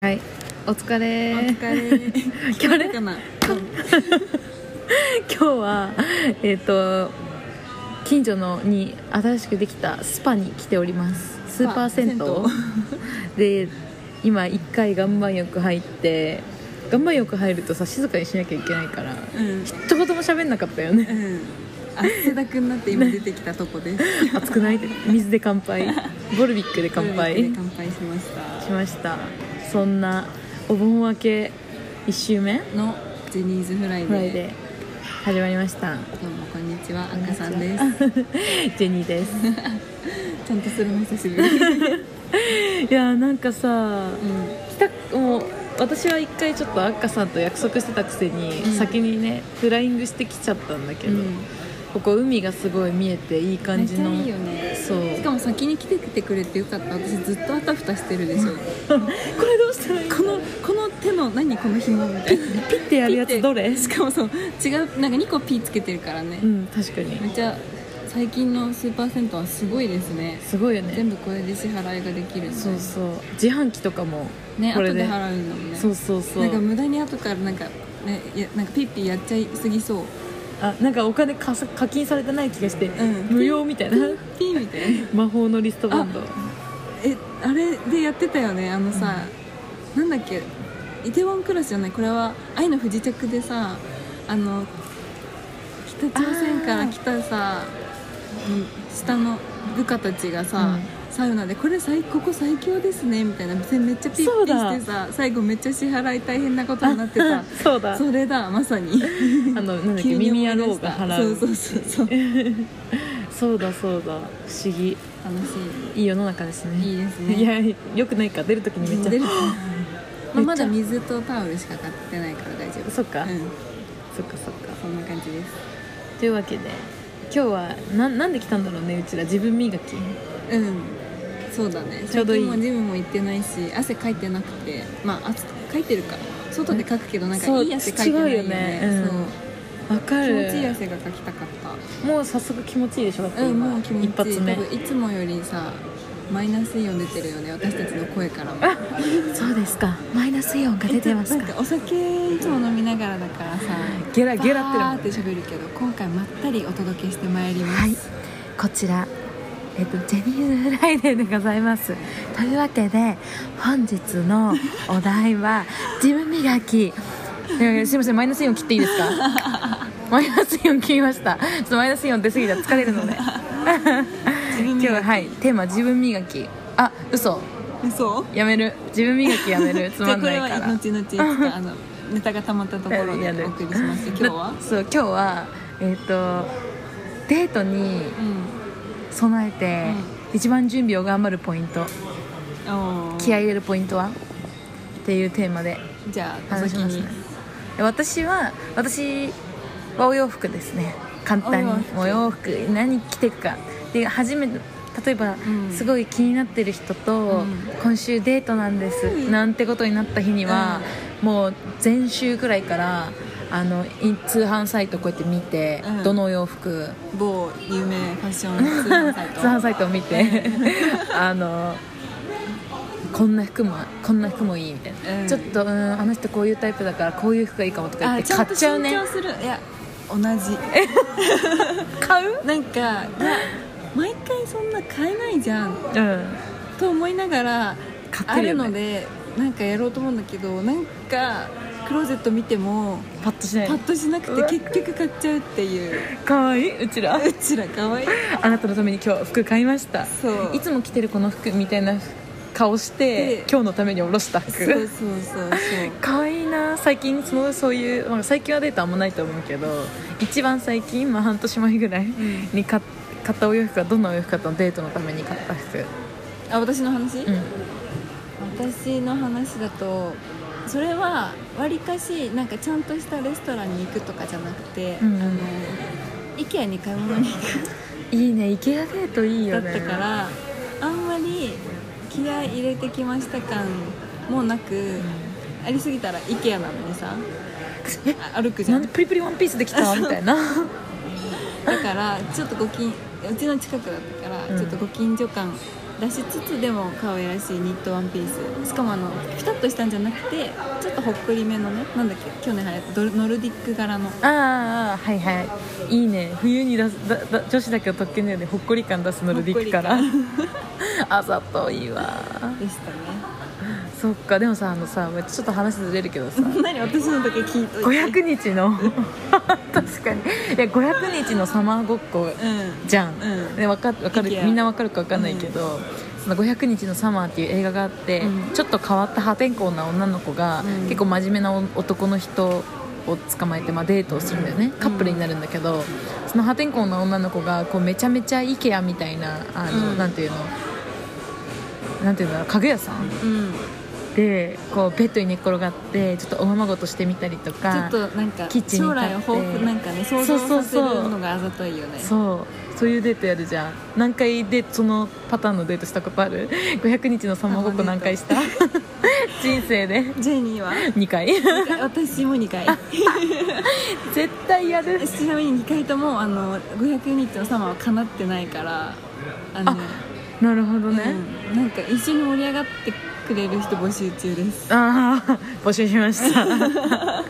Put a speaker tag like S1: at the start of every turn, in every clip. S1: はい、お疲れ
S2: お 疲れ。
S1: 今日あれ
S2: かな。
S1: 今日はえっ、と近所のに新しくできたスパに来ておりますスーパー銭湯 で今1回岩盤浴入って岩盤浴入るとさ静かにしなきゃいけないから
S2: うん。
S1: 一言も喋んなかったよね
S2: うん。汗だくになって今出てきたとこです。
S1: 熱くないって水で乾 杯ボルビックで乾
S2: トイレ
S1: 杯
S2: で 乾杯しまし
S1: しましたそんなお盆明け1週目
S2: た。のジェニーズフライ
S1: ぐらい
S2: デー。
S1: で始まりました
S2: どうもこんにちは、赤さんです。
S1: ジェニーです
S2: ちゃんとするの久しぶり。うん。
S1: いやーなんかさ来たもう私は一回ちょっとアッカさんと約束してたくせに、
S2: うん
S1: 先にねフライングしてきちゃったんだけど、
S2: うん
S1: ここ海がすごい見えていい感
S2: めっ
S1: じ
S2: ち
S1: の
S2: ゃいいよね。
S1: そう
S2: しかも先に来てきてくれてよかった。私ずっとあたふたしてるでしょ。
S1: これどうしたらいい
S2: このこの手の何この紐みたいな。
S1: ピッてやるやつどれ
S2: しかもそう違うなんか2個ピーつけてるからね
S1: う。ん確かに
S2: めっちゃ最近のスーパー銭湯はすごいですね
S1: すごいよね
S2: 全部これで支払いができるんだ
S1: そうそう自販機とかも
S2: ね
S1: こ
S2: 後
S1: れ
S2: で
S1: で
S2: 払うんだもんね
S1: そうそうそう
S2: なんか無駄に後からなんかねいやなんかピッピやっちゃいすぎそう
S1: あなんかお金かさ課金されてない気がして、
S2: うん
S1: 無料みたいな
S2: ピーみたいな
S1: 魔法のリストバンド
S2: えあれでやってたよねあのさ、なんだっけイテウォンクラスじゃないこれは愛の不時着でさあの北朝鮮から来たさうん下の部下たちがさ、
S1: う
S2: サウナでこれ最ここ最強ですねみたいなめっちゃピッピしてさ最後めっちゃ支払い大変なことになって た
S1: そうだ
S2: それだまさに
S1: あのなんだっけ
S2: 急に思
S1: 耳
S2: い
S1: や
S2: 出
S1: ろう
S2: し
S1: が
S2: た
S1: 払う
S2: そうそうそうそう楽し
S1: そうだそうだ不思議いい世の中ですね
S2: いいいですね
S1: いやよくないか出るときに
S2: い
S1: めっちゃ
S2: 出るかなまあ
S1: めっ
S2: ま
S1: ちゃ
S2: だ水とタオルしか買ってないから大丈夫
S1: そっか、
S2: うん
S1: そっかそっか
S2: そんな感じです
S1: というわけで今日はななんで来たんだろうねうちら自分磨き
S2: うんそうだね
S1: ちょうどいい
S2: 最近もジムも行ってないし汗かいてなくてまあ汗かいてるか外でかくけどなん
S1: そ
S2: か
S1: う
S2: いい汗かいてない
S1: 違
S2: よね
S1: うよねうんわか
S2: そう気
S1: る
S2: 持ちいい汗がかきたかった
S1: もう早速気持ちいいでしょだって
S2: うん、
S1: 今
S2: もう気持ちいい
S1: 一発目
S2: 多分いつもよりさマイナスイオン出てるよね私たちの声からも
S1: そうですかマイナスイオンが出てます
S2: なん
S1: か
S2: かお酒いつも飲みながらだからさ
S1: ゲラゲラってるも
S2: バ
S1: ん
S2: ーって喋るけど今回まったりお届けしてまいります、
S1: はいこちら、えっと、ジェニーズフライデーでございますというわけで本日のお題 は「自分磨き」いやいやすいませんマイナスイオン切っていいです かマイナスイオン切りましたちょっとマイナスイオン出過ぎたら疲れるの で今日ははいテーマ「自分磨き」あ嘘
S2: そう
S1: やめる自分磨きやめるつ
S2: じゃ
S1: ま
S2: あ
S1: ん
S2: こ
S1: ない
S2: れ
S1: か
S2: は
S1: ら
S2: 後々いつかあのネタが溜まったところ
S1: やる
S2: で
S1: やる
S2: お送りします今日は
S1: なそう今日はえっ、とデートに
S2: うん
S1: 備えて、一番準備を頑張るポイント
S2: おー
S1: 気合い入れるポイントはっていうテーマで
S2: じゃあお
S1: 話
S2: 先
S1: します
S2: に
S1: ね私は私はお洋服ですね簡単にお
S2: お
S1: 洋
S2: 洋
S1: 服何着てくかで初めて例えば、
S2: ん
S1: すごい気になってる人と、
S2: ん
S1: 今週デートなんです、
S2: うん
S1: なんてことになった日には、もう前週くらいからあのい通販サイトこうやって見て、
S2: うん
S1: どのお洋服
S2: 某有名ファッション通販サイ ト
S1: 通販サイトを見てあのこんな服もこんな服もいいみたいな、
S2: うん
S1: ちょっとうんあの人こういうタイプだからこういう服がいいかもとか言っ
S2: あ
S1: て
S2: ちゃ
S1: 買
S2: ん
S1: っ
S2: と
S1: ちゃう
S2: 慎
S1: ね
S2: 重するいや同じ
S1: 買う
S2: なんかいや毎回そんな買えないじゃん
S1: うん
S2: と思いながら
S1: 買
S2: あ
S1: ってる
S2: る
S1: よね
S2: のでなんかやろうと思うんだけどなんかクローゼット見ても
S1: パッとしない
S2: パッとしな
S1: うわ
S2: くて結局買っちゃうっていう
S1: かわいいうちら
S2: うちら可 愛い
S1: あなたのために今日服買いました
S2: そう
S1: いつも着てるこの服みたいな顔して
S2: で
S1: 今日のためにおろした服
S2: そうそうそうそ
S1: 可愛いな最近そのそういう、まあ、最近はデートあんまないと思うけど一番最近、まあ、半年前ぐらい
S2: ん
S1: に買っ買ったお洋服はどんなお洋服かとデートのために買った服
S2: うあ私の話、
S1: うん
S2: 私の話だとそれはわりかしなんかちゃんとしたレストランに行くとかじゃなくて、
S1: うんうん
S2: あの IKEA に買い物に行く
S1: いいねイケアデートいい
S2: だ
S1: よ
S2: っ
S1: ね
S2: たからあんまり気合い入れてきました感もなく、ありすぎたら IKEA なの にさ
S1: え
S2: あ歩くじ
S1: な
S2: ゃ
S1: ん
S2: ん
S1: で
S2: だ
S1: プリプリワンピースできたみたい な
S2: からちょっとご近うちの近くだったから、
S1: うん
S2: ちょっとご近所感出しつつでも可愛らしいニットワンピースしかもあのピタッとしたんじゃなくてちょっとほっくりめのねなんだっけ去年流行ったドルノルディック柄の
S1: ああはいはいいいね冬に出すだだ女子だけは特権だよねほっこり感出すノルディックからあざといわ
S2: でした
S1: そっかでもさあのさちょっと話ずれるけどさ
S2: ね 何私の時聞いといて
S1: 500日の確かにいや500日のサマーごっこ
S2: うん
S1: じゃん、
S2: うん
S1: ね、わかわかる
S2: IKEA
S1: みんなわかるかわかんないけど、その500日のサマーっていう映画があって、
S2: うん
S1: ちょっと変わった破天荒な女の子が、
S2: うん
S1: 結構真面目な男の人を捕まえて、まあ、デートをするんだよねカップルになるんだけど、その破天荒な女の子がこうめちゃめちゃ IKEA みたいなあの、
S2: うん
S1: なんていうのなんていうんだろう家具屋さん
S2: うん
S1: でこうベッドに寝っ転がってちょっとおままごとしてみたりと
S2: ちょ
S1: か
S2: っとなんか
S1: キッチンに
S2: 将
S1: 立って
S2: 来を抱負なんかね想像させるのがあざといよね
S1: そうそういうデートやるじゃん何回でそのパターンのデートしたことある 500日のさまごっこ何回した 人生で
S2: ジェ ニーは
S1: 2回
S2: 私も2回
S1: 絶対やる
S2: ちなみに2回ともあの500日の様はかなってないからあの
S1: なるほどね、
S2: うんなんか一緒に盛り上がってくれる人募集中です
S1: ああ募集しま した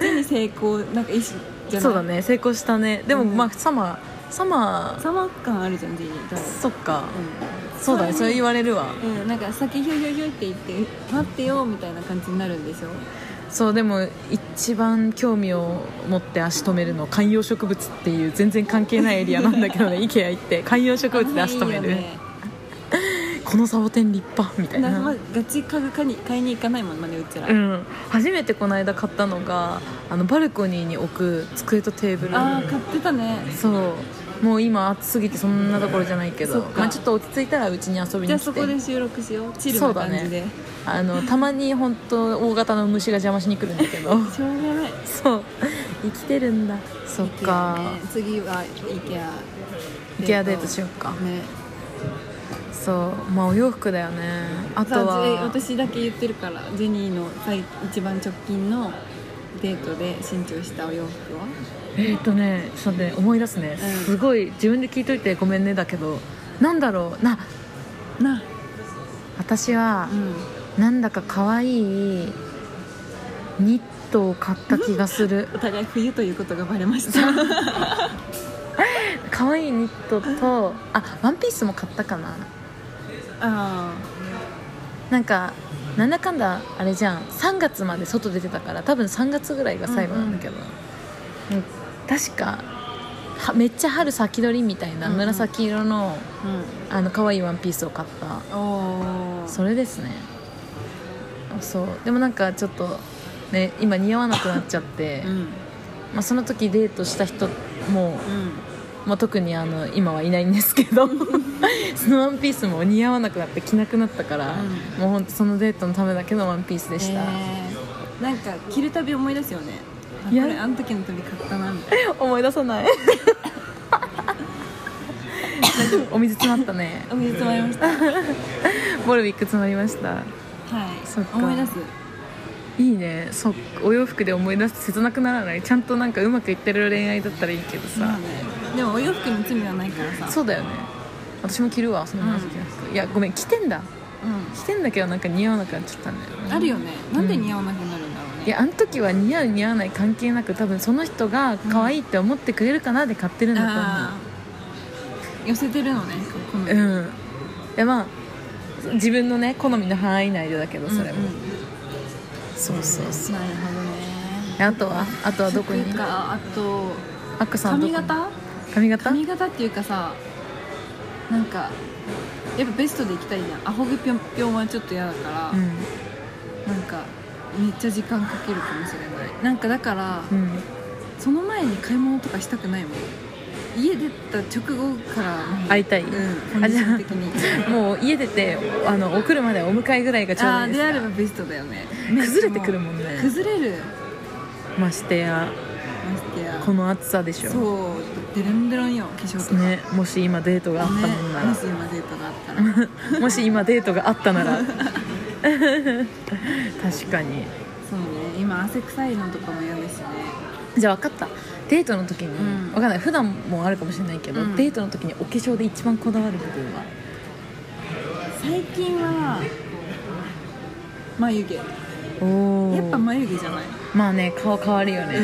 S2: ジェニー成功なんか一緒じゃない
S1: そうだね成功したねでも、
S2: うん
S1: まあサマサマ
S2: 様感あるじゃんジェニー多分
S1: そっかそうだねそれ言われるわ
S2: うん、うん、なんか先ひょいひょいひょいって言って待ってよみたいな感じになるんでしょ
S1: そうでも一番興味を持って足止めるの観葉植物っていう全然関係ないエリアなんだけど ね IKEA 行って観葉植物で足止める
S2: あの辺い いよね
S1: このサボテン立派みたい
S2: なま
S1: な
S2: あ、ガチ家具買いに買いに行かないもんねうちら、
S1: うん、初めてこの間買ったのがあのバルコニーに置く机とテーブル
S2: ああ買ってたね
S1: そうもう今暑すぎてそんなところじゃないけ
S2: そ
S1: ど
S2: っ、か
S1: まあ、ちょっと落ち着いたらうちに遊びに来て
S2: じゃあそこで収録しようチルな感じで、
S1: あのたまに本当大型の虫が邪魔しに来るんだけど
S2: しょうがない
S1: そう生きてるんだそっか
S2: IKEA ね次は
S1: イ
S2: IKEA
S1: ケアデートしようか、
S2: ね
S1: そうまあお洋服だよねあ
S2: あ
S1: とは
S2: 私だけ言ってるからジェニーの最一番直近のデートで新調したお洋服は
S1: えーっとねちょっとね思い出すね、
S2: うん
S1: すごい自分で聞いといてごめんねだけどなんだろうな
S2: な
S1: 私は
S2: うん
S1: なんだか可愛いニットを買った気がする
S2: お互い冬ということがバレました
S1: 可愛いニットとあワンピースも買ったかな
S2: あ
S1: なんかなんだかんだあれじゃん3月まで外出てたから多分3月ぐらいが最後なんだけど、うん確かはめっちゃ春先取りみたいな
S2: うんうん
S1: 紫色の,、
S2: あうん
S1: あの可愛いワンピースを買った
S2: おー
S1: それですねそうでもなんかちょっとね今似合わなくなっちゃって、
S2: うんうん
S1: まあ、その時デートした人も、まあ、特にあの今はいないんですけ どそのワンピースも似合わなくなって着なくなったから、
S2: うん
S1: もう本当そのデートのためだけのワンピースでした、
S2: えーなんか着るたび思い出すよねあこ
S1: いや
S2: れあの時の旅買ったなみたい
S1: 思い出さない お水詰まったね
S2: なおめでとうございましたはい
S1: ボルビック詰まりましたそっか
S2: 思い出す
S1: いいねそっお洋服で思い出すと切なくならないちゃんとなんかうまくいってる恋愛だったらいいけど
S2: まあ
S1: さ、
S2: ねでもお洋服に罪はないからさ
S1: そうだよね私も着るわその紫の服、いやごめん着てんだ
S2: う
S1: 着てんだけどなんか似合わなくなっちゃったんだよ
S2: ん
S1: ね
S2: あるよねなんで似合わなくなるんだろうね
S1: いやあの時は似合う似合わない関係なく多分その人が可愛いって思ってくれるかなで買ってるんだと思
S2: あー寄せてるのねこの
S1: ううん、いやまあ自分のね好みの範囲内でだけどそれも、
S2: うんうん
S1: そうそうそう
S2: なるほどね
S1: あとはあとはどこに
S2: 服かあと
S1: アックさんど
S2: 髪
S1: こに
S2: 型
S1: 髪型
S2: 髪型っていうかさなんかやっぱベストで行きたいじゃんアホ毛ぴょんぴょんはちょっと嫌だから、
S1: うん
S2: なんかめっちゃ時間かけるかもしれないなんかだから、
S1: うん
S2: その前に買い物とかしたくないもん家出た直後からもう
S1: 会いたい、
S2: うんコンデ
S1: あ
S2: ィ
S1: じ
S2: ショ
S1: ゃ
S2: ン 的に
S1: あもう家出てあの送るまでお迎えぐらいがちょうど
S2: ああ
S1: いい
S2: ー
S1: です
S2: で
S1: か
S2: あればベストだよね
S1: 崩れてくるもんね
S2: 崩れる
S1: ましてや
S2: ましてや
S1: この暑さでしょ
S2: そうデレンデロンよ化粧とか
S1: ねもし今デートがあったもんなら、
S2: ねもし今デートがあった らそう
S1: もし今デートがあったなら 確かに
S2: ね今汗臭いのとかも嫌ですね
S1: じゃあ分かったデートの時に、
S2: うん
S1: 分かんない普段もあるかもしれないけど、
S2: うん
S1: デートの時にお化粧で一番こだわる部分は
S2: 最近は眉毛や
S1: おお
S2: っぱ眉毛じゃない、
S1: まあね顔変わるよね、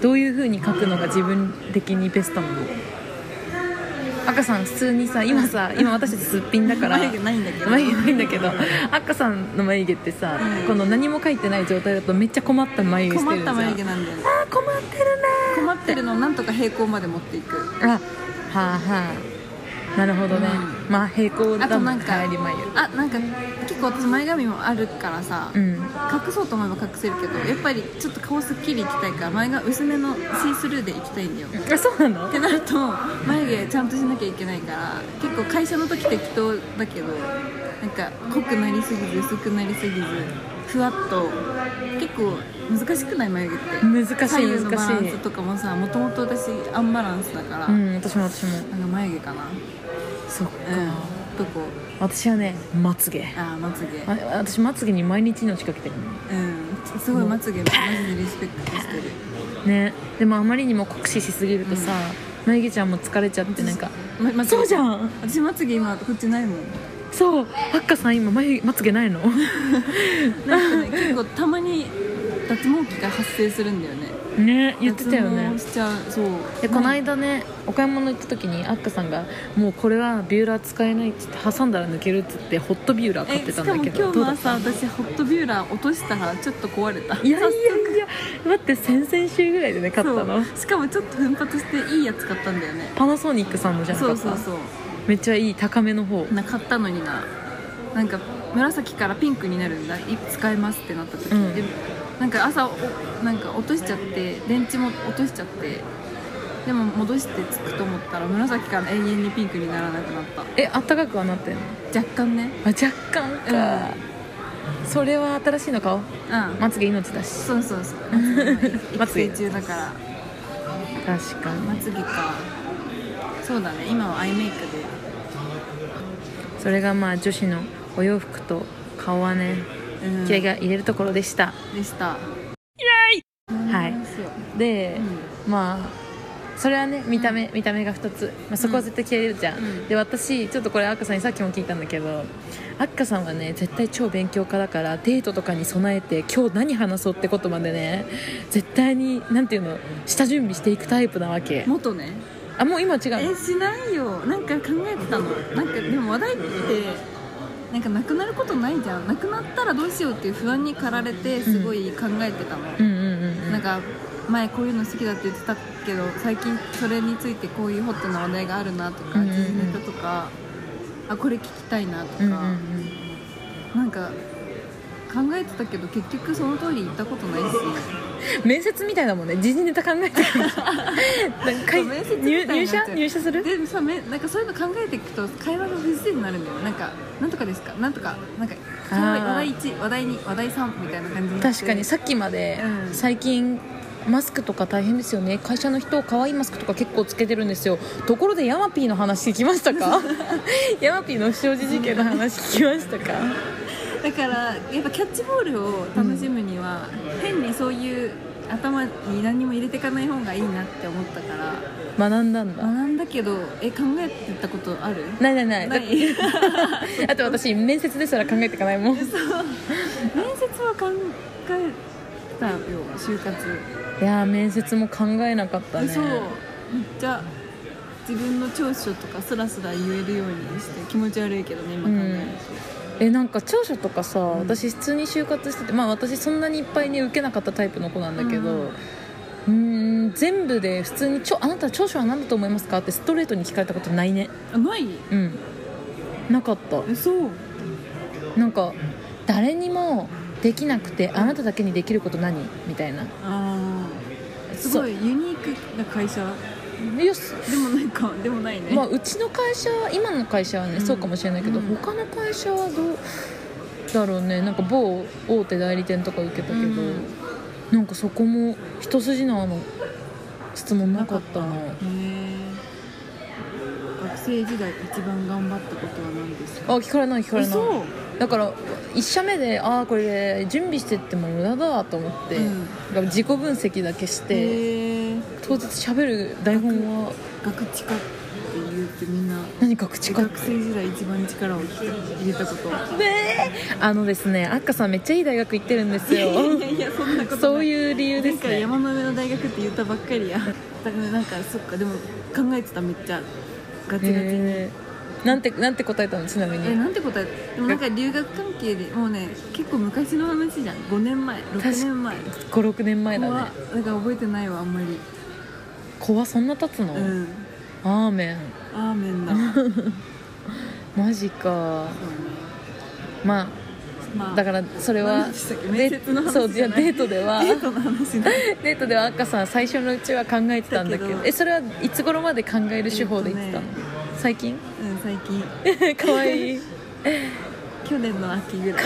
S1: どういう風に描くのが自分的にベストなの赤さん普通にさ今さ今私たちすっぴんだから
S2: 眉毛ないんだけど
S1: 眉毛ないんだけど赤さんの眉毛ってさ、
S2: うん
S1: この何も描いてない状態だとめっちゃ困った眉毛してるじ
S2: 困っ
S1: ゃ
S2: た
S1: ん
S2: 眉毛なんだよね
S1: あー困ってるね
S2: 困ってるのをなんとか平行まで持っていく
S1: あはあはあなるほどね、まあ平行
S2: あ
S1: だ
S2: と
S1: も
S2: なんん
S1: 帰
S2: か
S1: り眉
S2: あなんか結構私前髪もあるからさ、
S1: うん
S2: 隠そうと思えば隠せるけどやっぱりちょっと顔すっきりいきたいから前が薄めのシースルーでいきたいんだよっ
S1: あそうなの
S2: てなると眉毛ちゃんとしなきゃいけないから結構会社の時適当だけどなんか濃くなりすぎず薄くなりすぎずふわっと結構難しくない眉毛って
S1: 難しい
S2: 左右のバラ
S1: 難
S2: ン
S1: しい
S2: スとかもさもともと私アンバランスだから、
S1: うん私も私も
S2: なんか眉毛かな
S1: そっか、
S2: うんどこ
S1: 私はねまつげ
S2: ああまつげ
S1: あ私まつげに毎日命かけてるの
S2: うんすごいまつげマジでリスペクトしてる
S1: ねでもあまりにも酷使しすぎるとさ、眉毛ちゃんも疲れちゃってなんか
S2: ままつげ
S1: そうじゃん
S2: 私まつげ今こっちないもん
S1: そうハッカさん今眉まつげないの
S2: なんかね 結構たまに脱毛器が発生するんだよね
S1: ね言ってたよね
S2: 脱毛しちゃうそう
S1: でこの間ねお買い物行った時にアッカさんが「もうこれはビューラー使えない」っつって挟んだら抜けるっつってホットビューラー買っ
S2: え
S1: て
S2: した
S1: ん
S2: か
S1: だ
S2: も
S1: け
S2: 今日
S1: どどう
S2: の
S1: だった
S2: 朝私ホットビューラー落としたらちょっと壊れた
S1: いやいやいや待って先々週ぐらいでね買ったの
S2: そうしかもちょっと奮発していいやつ買ったんだよね
S1: パナソニックさんのじゃな
S2: そ
S1: か
S2: う
S1: った
S2: そうそう
S1: めっちゃいい高めの方
S2: な買ったのにななんか紫からピンクになるんだい使えますってなった時、
S1: うん
S2: でなんか朝おなんか落としちゃって電池も落としちゃってでも戻してつくと思ったら紫から永遠にピンクにならなくなった
S1: えあったかくはなってんの
S2: 若干ね
S1: あ若干か、それは新しいの顔
S2: うん、
S1: まつげ命だし
S2: そうそうそう
S1: ま
S2: ま
S1: つ
S2: つ
S1: げ
S2: げ中だから
S1: 確か
S2: ま
S1: に
S2: つげかそうだね今はアイメイクで
S1: それがまあ女子のお洋服と顔はね
S2: うん
S1: 気合が入れるところでした、
S2: でした
S1: はい
S2: そう
S1: で、
S2: う
S1: まあそれはね見た目、見た目が2つ、まあ、そこは絶対気合い入れるじゃん、
S2: うん
S1: で私ちょっとこれアッカさんにさっきも聞いたんだけどアッカさんはね絶対超勉強家だからデートとかに備えて今日何話そうってことまでね絶対になんていうの下準備していくタイプなわけ
S2: 元ね
S1: あもう今は違うの
S2: えしないよなんか考えてたのなんかでも話題ってなんかなくなることないじゃんなくなったらどうしようっていう不安に駆られてすごい考えてたの、
S1: うんうんうんうん
S2: なんか前こういうの好きだって言ってたけど最近それについてこういうホットな話題があるなとか
S1: うんうんうん
S2: 時事ネタとかあこれ聞きたいなとか、
S1: うんうんうん
S2: なんか考えてたけど結局その通り言ったことないし
S1: 面接みたいだもんね時事ネタ考えてるなんかかい
S2: 面接みた
S1: 入
S2: いになっ
S1: 入
S2: ちゃ
S1: 社
S2: う
S1: 入社する
S2: でさめなんかそういうの考えていくと会話が不自然になるんだよなんかなんとかですかなんとかなんか
S1: あ
S2: 話
S1: ー
S2: 題話題1話題2話題3みたいな感じになって
S1: 確かにさっきまで、
S2: うん
S1: 最近マスクとか大変ですよね会社の人可愛いマスクとか結構つけてるんですよところでヤマピーの話聞きました かヤマピーの不祥事事件の話聞きましたか
S2: だからやっぱキャッチボールを楽しむには、変にそういう頭に何も入れていかない方がいいなって思ったから
S1: 学んだんだ
S2: 学んだけどえ考えてたことある
S1: ないないない
S2: ない 面接
S1: あと私面接ですら考えていかないもんい
S2: は考えたよ就活
S1: やー面接も考えなかったね
S2: そうめっちゃ自分の長所とかスラスラ言えるようにして気持ち悪いけどね今考える
S1: えなんか長所とかさ、
S2: ん
S1: 私普通に就活しててまあ私そんなにいっぱいね受けなかったタイプの子なんだけど、う
S2: うんん、
S1: ん全部で普通にちょ「あなた長所は何だと思いますか?」ってストレートに聞かれたことないね
S2: と、うない
S1: うんなかった
S2: えそう
S1: なんか誰にもできなくてあなただけにできること何みたいな
S2: ああすごいユニークな会社
S1: そうよし
S2: でもないか でもないね、
S1: まあ、うちの会社は今の会社はね、
S2: うん
S1: そうかもしれないけど、
S2: うん
S1: 他の会社はどうだろうねなんか某大手代理店とか受けたけど、
S2: うん
S1: なんかそこも一筋縄の質問なかったな
S2: へえ学生時代一番頑張ったことは何ですか
S1: あ聞かれない聞かれない
S2: そう、
S1: だから1社目でああこれ準備してっても無駄だと思って、
S2: う
S1: だ
S2: ん
S1: から自己分析だけして
S2: へえ
S1: 当日喋る台本は
S2: ガクチカって言うってみんな
S1: 何か口か
S2: 学生時代一番力を入れたこと
S1: ねえあのですねアッカさんめっちゃいい大学行ってるんですよ
S2: いやいやそんなこと ない
S1: そういう理由で
S2: 前
S1: す
S2: 回
S1: ね
S2: 山の上の大学って言ったばっかりやだからなんかそっかでも考えてためっちゃガチガチに、
S1: へえなんてなんて答えたのちなみ
S2: え
S1: に
S2: なんて答えでもなんか留学関係でもうね結構昔の話じゃん5年前6年前
S1: 56年前
S2: 怖
S1: だ
S2: っ
S1: ね
S2: だから覚えてないわあんまり
S1: 怖そんな経つの、
S2: うん
S1: アーメン
S2: アーメ ンだそうね
S1: マジかま
S2: ま
S1: あ
S2: あ
S1: だからそれは
S2: 何でしたっけ面接の話
S1: そう
S2: じ
S1: じゃあ
S2: ゃない
S1: デートで は
S2: デートの話だ
S1: デートではアッカさん最初のうちは考えてたんだけど
S2: だけど
S1: えそれはいつ頃まで考える手法で言ってたの、
S2: えっと
S1: 最近
S2: うん最近
S1: かわいい
S2: 去年の秋ぐらい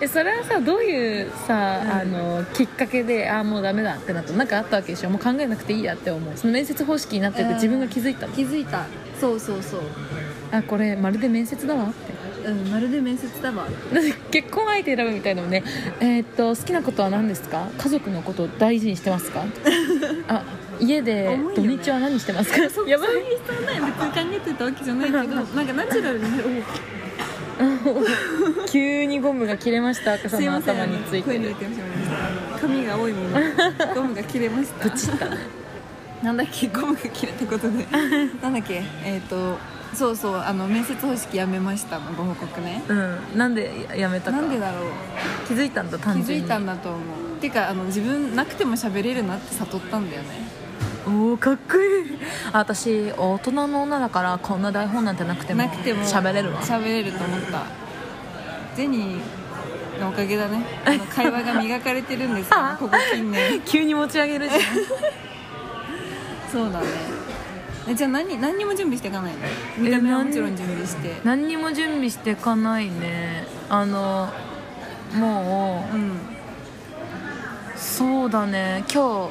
S1: えそれはさどういうさ、あのきっかけでああもうダメだってなったなんかあったわけでしょもう考えなくていいやって思うその面接方式になってて
S2: うん
S1: 自分が気づいたの、
S2: 気づいたそうそうそう、
S1: あこれまるで面接だわって
S2: うん、まるで面接 だわ
S1: だって結婚相手選ぶみたいなのもねえーっと好きなことは何ですか家族のことを大事にして ますかあ家で
S2: 重い
S1: 土
S2: よね
S1: 日は何してますか、
S2: そ
S1: やばい
S2: そういう人はね別に考えてたわけじゃ ないけどなんかナチュラルにね
S1: 急にゴムが切れました赤
S2: お
S1: さん
S2: すい
S1: の
S2: ません
S1: 頭について
S2: 声抜いてしまいました髪が多いものゴムが切れました
S1: プチったね
S2: なんだっけゴムが切れたことでなんだっけえっ、とそうそうあの面接方式やめましたのご報告ね
S1: うんなんでやめたか
S2: なんでだろう
S1: 気づいたんだ
S2: 気
S1: 単
S2: づ
S1: 純
S2: い
S1: に
S2: たんだと思うてかあの自分なくても喋れるなって悟ったんだよね
S1: おーかっこいいあ私大人の女だからこんな台本なんてなくても
S2: なくても
S1: 喋れる わ
S2: 喋れると思ったジェニーのおかげだねあの会話が磨かれてるん ですよねここ近年
S1: 急に持ち上げるじゃ
S2: そうだねえじゃあ何何にも準備していかないの見た目はもちろん準備して
S1: ん何にも準備していかないねあのも
S2: う
S1: うんそうだね今日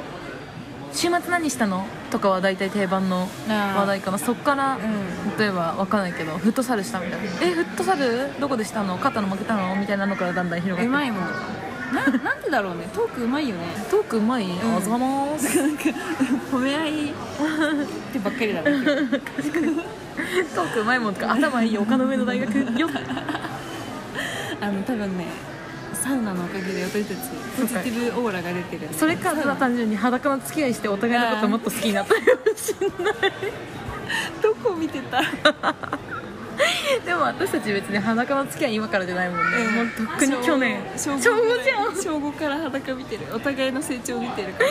S1: 週末何したのとかは大体定番の
S2: あー
S1: 話題かなそっから、
S2: ん
S1: 例えば分かんないけどフットサルしたみたいな「えフットサルどこでしたの肩の負けたの?」みたいなのからだんだん広がって
S2: うまいも
S1: ん
S2: んななんでだろうねトークうまいよね
S1: トークうまい、
S2: ん
S1: あざます
S2: 褒め合いってばっかりだね今日
S1: トークうまいもんとか頭いい丘の上の大学 よ
S2: あの多分ねサウナのおかげで私たちポジティブオーラが出てる
S1: それかただ単純に裸の付き合いしてお互いのこともっと好きになったり
S2: どこ見てた
S1: でも私たち別に裸の付き合い今からじゃないもんね、もうとっくに去年
S2: 小
S1: 小五じ
S2: じ
S1: ゃん
S2: ゃん小5から裸見てるお互いの成長見てるから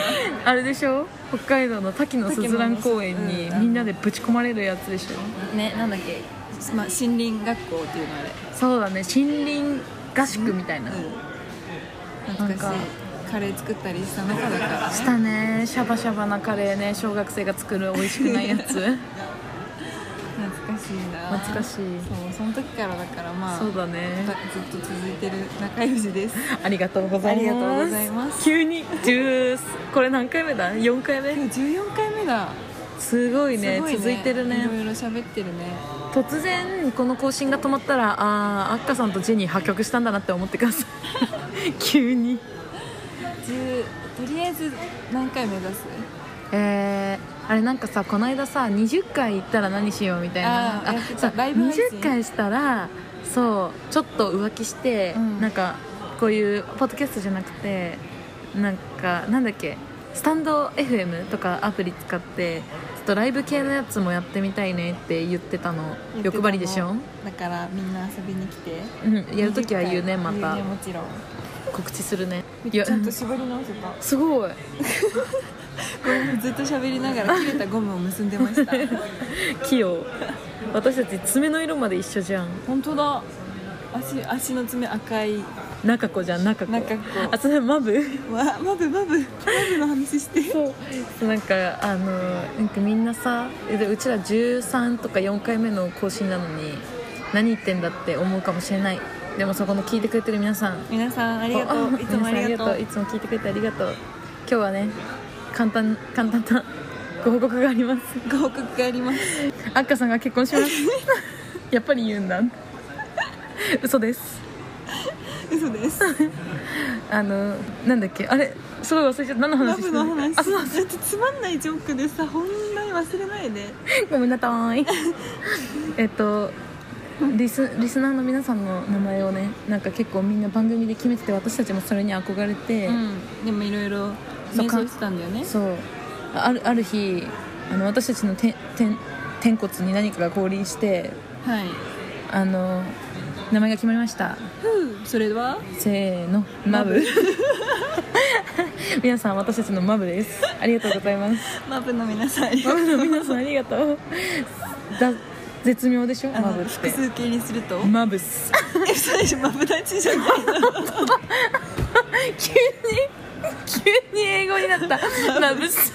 S1: あれでしょ北海道の滝のすずらん公園に
S2: 滝のうん
S1: みんなでぶち込まれるやつでしょ
S2: ねなんだっけ、まあ、森林学校っていうのあれ
S1: そうだね森林合宿みたいな、
S2: うん懐かし
S1: なん
S2: いカレー作ったりした中だから
S1: し
S2: ね
S1: たねシャバシャバなカレーね小学生が作る美味しくないや つ
S2: 懐かしいな
S1: 懐か
S2: い
S1: しい
S2: そうその時からだからまあ
S1: そうだね
S2: ずっと続いてる仲良しです
S1: ありがとうございます
S2: ありがとうございます
S1: 急に10これ何回目だ4回目
S2: 14回目だ
S1: すごいね
S2: すごいね
S1: 続いてる
S2: いろ
S1: ね
S2: いろ喋ってるね
S1: 突然この更新が止まったらああアッカさんとジェニー破局したんだなって思ってくださ い急に
S2: 10とりあえず何回目指す
S1: えー、あれなんかさこの間さ20回行ったら何しようみたいな
S2: あ
S1: あ
S2: ーやってた
S1: さ
S2: ライブ配信
S1: 20回したらそうちょっと浮気して、
S2: うん
S1: なんかこういうポッドキャストじゃなくてなんかなんだっけスタンド FM とかアプリ使ってちょっとライブ系のやつもやってみたいねって言ってたの欲張りでしょ、
S2: だからみんな遊びに来て
S1: うん、やるときは言うねまた
S2: 言うねもちろん
S1: 告知するねい
S2: ち
S1: や
S2: ゃんと絞り直せた
S1: すごい
S2: これずっと喋りながら切れたゴムを結んでました
S1: 器用私たち爪の色まで一緒じゃん
S2: 本当だ足足の爪赤い
S1: 中子じゃん中子
S2: 中子
S1: あそれマブ
S2: わマブマブマブの話して
S1: そうなんかあのなんかみんなさでうちら13とか4回目の更新なのに何言ってんだって思うかもしれないでもそこの聞いてくれてる皆さん
S2: 皆さんありがと
S1: あ
S2: ういつもあ
S1: 皆さんあ
S2: りがとう
S1: りがとういつも聞いてくれてありがとう今日はね簡単簡単なご報告があります
S2: ご報告があります
S1: アッカさんが結婚します やっぱり言うんだ嘘です
S2: 嘘です
S1: あのなんだっけあれすごい忘れちゃった何の
S2: マ
S1: 話し
S2: ブ
S1: て
S2: の
S1: た
S2: 話
S1: あそう
S2: だってつまんないジョークでさ本題に忘れないで
S1: ごめんなさ いえっとリスリスナーの皆さんの名前をねなんか結構みんな番組で決めてて私たちもそれに憧れて、
S2: うんでもいろいろ
S1: そう
S2: 瞑想してたんだよね
S1: そうあるある日あの私たちのててん天骨に何かが降臨して
S2: はい
S1: あの名前が決まりました
S2: ふうそれは
S1: せーのマブ皆さん私たちのマブですありがとうございます
S2: マブの皆さん
S1: マブの皆さんありがとうだ絶妙でしょ
S2: あ
S1: マブ
S2: の
S1: っ
S2: 複
S1: て
S2: 数形にすると
S1: マブっす
S2: え最初マブダチじゃない
S1: 急に急に英語になったマブっす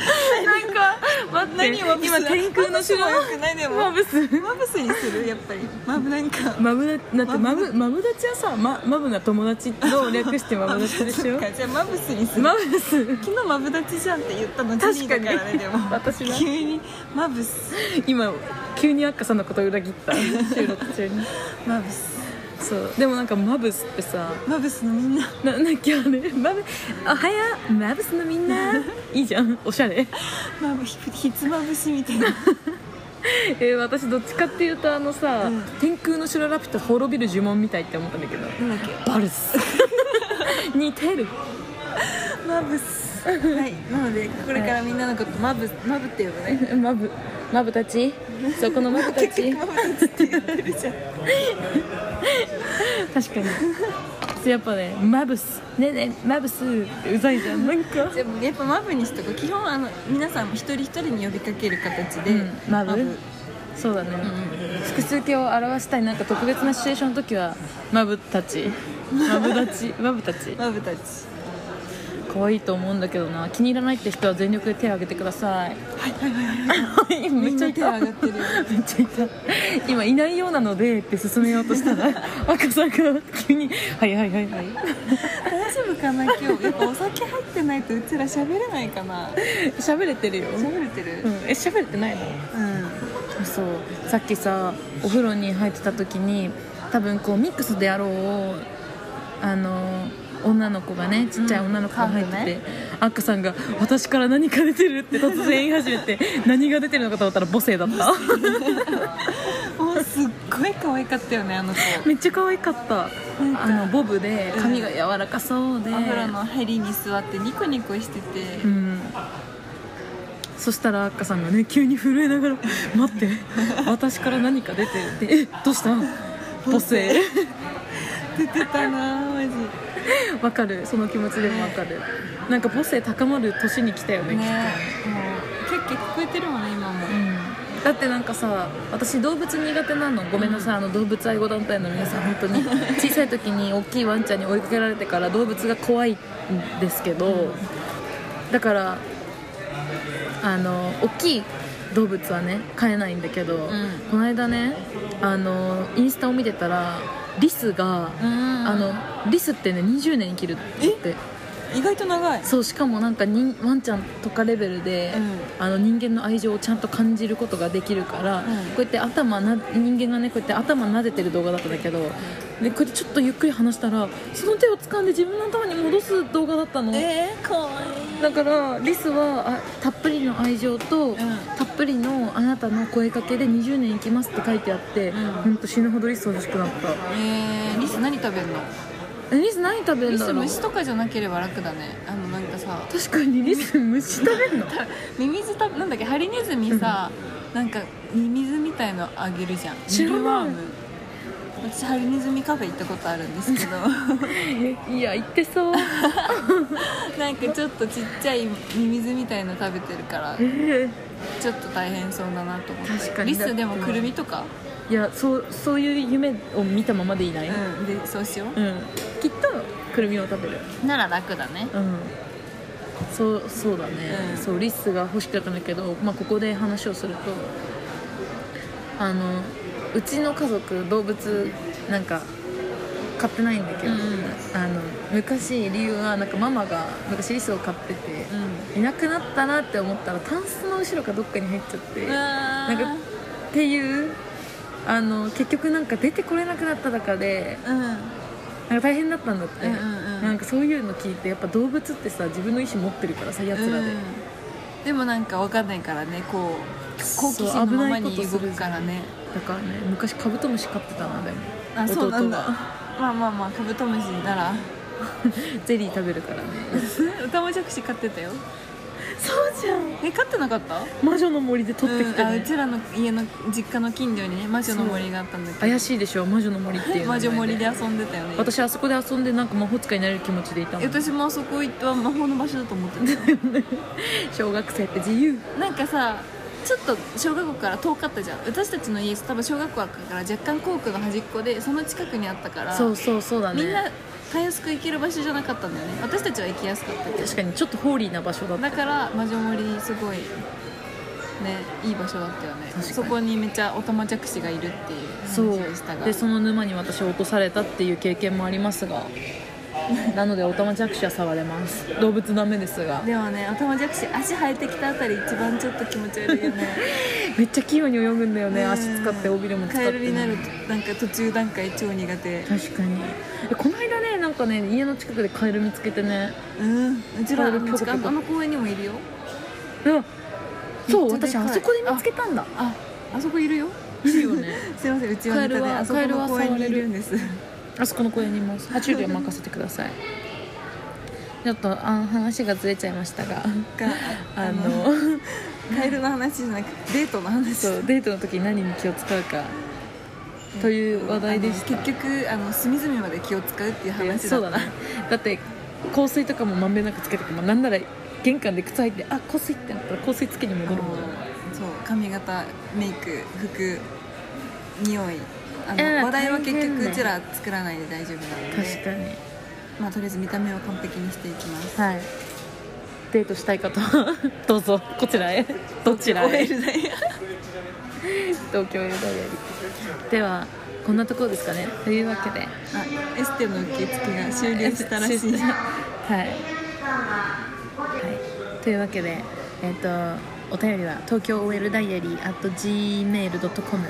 S1: なんか 待って
S2: 何をマブス
S1: 今天空の城
S2: マブスも良くないでも
S1: マブっす
S2: マブスにするやっぱりマブなんか
S1: マブだってマブマブダチはさ、ま、マブな友達の略してマブダチでし
S2: そ
S1: ょ
S2: っかじゃあマブスにする
S1: マブです
S2: 昨日マブダチじゃんって言ったのジェニーだからね
S1: 確かに
S2: でも
S1: 私は
S2: 急にマブス
S1: 今急にアッカさんのことを裏切った収録中に
S2: マブス
S1: そうでもなんかマブスってさ
S2: マブスのみんな
S1: ななんかあれマブおはようマブスのみんないいじゃんおしゃれ
S2: マブひひつまぶしみたいな
S1: えー私どっちかっていうとあのさ、
S2: うん
S1: 天空の城ラピュタ滅びる呪文みたいって思ったんだけど
S2: なんだっけ
S1: バルス似てる
S2: マブスはいなのでこれからみんなのことマブマブって呼ぶね
S1: マブマブたちそうこのマブ た
S2: 結
S1: ち
S2: 局マブダチって言ってるじゃん
S1: 確かにそうやっぱねマブスねえねえマブスってうざいじゃんなんか
S2: でもやっぱマブにしとこう基本あの皆さんも一人一人に呼びかける形で、
S1: うんマブそうだね、複数形を表したいなんか特別なシチュエーションの時はマブたちマブたちマブたち
S2: マブたち
S1: 可愛いと思うんだけどな気に入らないって人は全力で手を挙げてください
S2: はいはいはいはい
S1: はい 今め
S2: み
S1: っ
S2: ん
S1: ちゃ
S2: ない手上
S1: た
S2: がってるよ
S1: めっちゃいた今いないようなのでって進めようとしたら 赤さんが急に「はいはいはいはい」
S2: 大丈夫かな今日やっぱお酒入ってないとうちら喋れないかな
S1: 喋れてるよ、うん、
S2: 喋れてる
S1: え喋れてないの
S2: う
S1: そうさっきさお風呂に入ってた時に多分こうミックスであろうあの女の子がねちっちゃい女の子が入ってて、
S2: うん
S1: アッカさんが「私から何か出てる?」って突然言い始めて何が出てるのかと思ったら母性だった
S2: んもうすっごい可愛かったよねあの子
S1: めっちゃ可愛かった
S2: なんか
S1: あのボブで髪が柔らかそうで、
S2: お風呂の入りに座ってニコニコしてて、
S1: うんそしたらアッカさんがね急に震えながら「待 って私から何か出てる」って「えどうしたん母性」
S2: 出てたなマジ
S1: わかるその気持ちでもわかる、なんか母性高まる年に来たよね
S2: ねもうキャッキャ聞こえてるもんね今も、
S1: うん、だってなんかさ私動物苦手なのごめんなさい、あの動物愛護団体の皆さん本当 に小さい時に大きいワンちゃんに追いかけられてから動物が怖いんですけど、だからあの大きい動物はね飼えないんだけど、この間ねあのインスタを見てたらリスが、
S2: うん
S1: あのリスってね20年生きるって言って。
S2: 意外と長い
S1: そうしかもなんかにワンちゃんとかレベルで、
S2: う
S1: あの人間の愛情をちゃんと感じることができるから、
S2: ん
S1: こうやって頭な人間がねこうやって頭撫でてる動画だったんだけどでこうやってちょっとゆっくり話したらその手を掴んで自分の頭に戻す動画だったの、
S2: えー、かわいい
S1: だからリスはあたっぷりの愛情と、
S2: ん
S1: たっぷりのあなたの声かけで20年生きますって書いてあって、
S2: うん
S1: ほんと死ぬほどリス欲しくなっ
S2: えー、リス何食べんの
S1: たリス何食べる
S2: リ
S1: んだ
S2: ス
S1: ろう
S2: 虫とかじゃなければ楽だねあのなんかさ
S1: 確かにリス虫食べるの
S2: ミミズ食べなんだっけハリネズミさ、なんかミミズみたいのあげるじゃん
S1: 知らない
S2: ミルワーム私ハリネズミカフェ行ったことあるんですけど
S1: いや言って そう
S2: なんかちょっとちっちゃいミミズみたいの食べてるからちょっと大変そうだなと思って
S1: 確かに
S2: リスでもくるみとか、
S1: いやそうそういう夢を見たままでいない、う
S2: うん、でそうしよ
S1: んきっとくるみを食べる
S2: うなら楽だね
S1: うんそうそうだね、
S2: うん
S1: そうリスが欲しかったんだけど、まあ、ここで話をするとあのうちの家族動物なんか飼ってないんだけど、
S2: うん
S1: あの昔理由はなんかママが昔リスを飼ってて、
S2: う
S1: いなくなったなって思ったらタンスの後ろかどっかに入っちゃって、
S2: んな
S1: なんかっていうあの結局なんか出てこれなくなった中で
S2: うん
S1: なんか大変だったんだって、
S2: うんうんうん
S1: なんかそういうの聞いてやっぱ動物ってさ自分の意思持ってるからさやつらで、
S2: うんでもなんかわかんないからねこう好
S1: そう
S2: 奇心のまま
S1: 危ない
S2: に
S1: ことす
S2: 動
S1: る
S2: くからね
S1: だからね昔カブトムシ飼ってたなでも
S2: あ
S1: 弟
S2: そうなんだ
S1: が
S2: まあまあまあカブトムシなら
S1: ゼリー食べるからね
S2: 歌もじゃくし買ってたよ
S1: そうじゃん
S2: え買ってなかった
S1: 魔女の森で取ってきた、
S2: うん、あ
S1: ね
S2: うちらの家の実家の近所にね魔女の森があったんだけ
S1: 怪しいでしょ魔女の森ってい
S2: ど
S1: う名
S2: 魔
S1: 前
S2: 女森で遊んでたよね
S1: 私あそこで遊んでなんか魔法使いになれる気持ちでいたもん
S2: 私もあそこ行っては魔法の場所だと思って
S1: 小学生って自由
S2: たなんかさちょっと小学校から遠かったじゃん私たちの家多分小学校だから若干校区の端っこでその近くにあったから
S1: そうそうそうだね
S2: みんなたやすく行ける場所じゃなかったんだよね私たちは行きやすかったけど
S1: 確かにちょっとホーリーな場所だった
S2: だから魔女森すごいねいい場所だったよね
S1: 確かに
S2: そこにめっちゃおたまじゃくしがいるっていう話
S1: そう
S2: をしたが
S1: でその沼に私落とされたっていう経験もあります がなのでオタマジャクシは触れます動物ダメですが
S2: でもねオタマジャクシ足生えてきたあたり一番ちょっと気持ち悪いよね
S1: めっちゃ器用に泳ぐんだよね
S2: うん
S1: 足使って尾びれも使って
S2: カエルになるとなんか途中段階超苦手
S1: 確かにえこの間ねなんかね家の近くでカエル見つけてね
S2: うんうちら
S1: カ
S2: あ
S1: エルピョコピョ
S2: の
S1: コ
S2: 近くあの公園にもいるよ
S1: うんそう
S2: めっちゃで
S1: 私
S2: かい
S1: あそこで見つけたんだ
S2: ああそこいるよ
S1: いるよね
S2: すいませんうちはネタで
S1: カエルは
S2: あそこの公園にいるんです
S1: あそこの公園にいます爬虫類は任せてくださいちょっとあ話がずれちゃいましたが
S2: が
S1: あ
S2: あ
S1: の
S2: のカエルの話じゃなくてデートの話
S1: そうデートの時に何に気を使うかという話題でした
S2: あの結局あの隅々まで気を使うっていう話だった
S1: そうだなだって香水とかもまんべんなくつけてくもなんなら玄関で靴履いてあ香水ってなったら香水つけに
S2: あ
S1: 戻
S2: の
S1: るもん
S2: そう髪型メイク服匂いあの、
S1: うん
S2: 話題は結
S1: 大変
S2: 局
S1: ね
S2: うちら作らないで大丈夫なので
S1: 確かに
S2: まあとりあえず見た目を完璧にしていきます
S1: はいデートしたい方は どうぞこちら へどちらへ
S2: OL だよ
S1: 東京へダイアリーではこんなところですかねというわけで
S2: あエステの受付が終了したらしい
S1: はい、はい、というわけでえっ、とお便りは東京 OL ダイアリー at gmail.com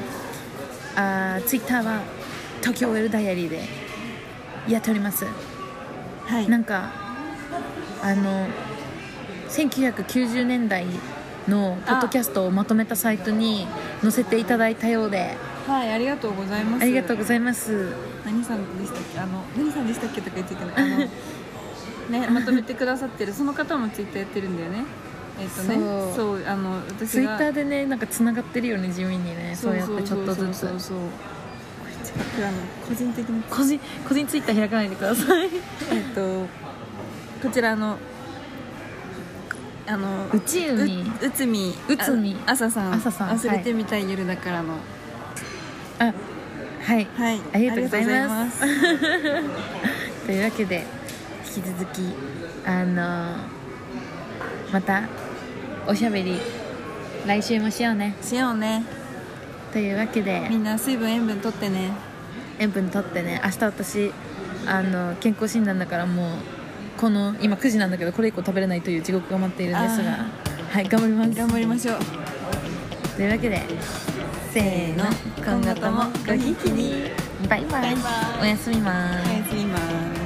S1: あツイッター Twitter は東京 OL ダイアリーでやっております
S2: はい
S1: なんかあの1990年代のポッドキャストをまとめたサイトに載せていただいたようで
S2: はいありがとうございます
S1: ありがとうございます
S2: 何さんでしたっけあの何さんでしたっけとか言っちゃいけないあのねまとめてくださってるその方もツイッターやってるんだよねえっ、とね
S1: そ
S2: そうあの私
S1: ツイ
S2: が
S1: ッターでねなんかつながってるよね地味にねそうやってちょっとずつ
S2: そうそうそうそうこれあの個人的に
S1: 個人個人ツイッター開かないでください
S2: えっとこちらのあの
S1: うちうみ
S2: ううつみ
S1: うつみ
S2: あささん
S1: あささん
S2: 忘れてみたい夜だからの
S1: あはい
S2: はい
S1: ありがとうございます
S2: ありがとうござい
S1: というわけで引き続きあのーまたおしゃべり来週もしようね
S2: ますしようね
S1: というわけで
S2: みんな水分塩分とってね
S1: 塩分とってね明日私あの健康診断だからもうこの今9時なんだけどこれ以降食べれないという地獄が待っているんですが
S2: あ
S1: はい頑張ります
S2: 頑張りましょう
S1: というわけでせーの
S2: 今後ともごひいきに
S1: バイバイ
S2: バイバイ
S1: おやすみまー
S2: おやすみます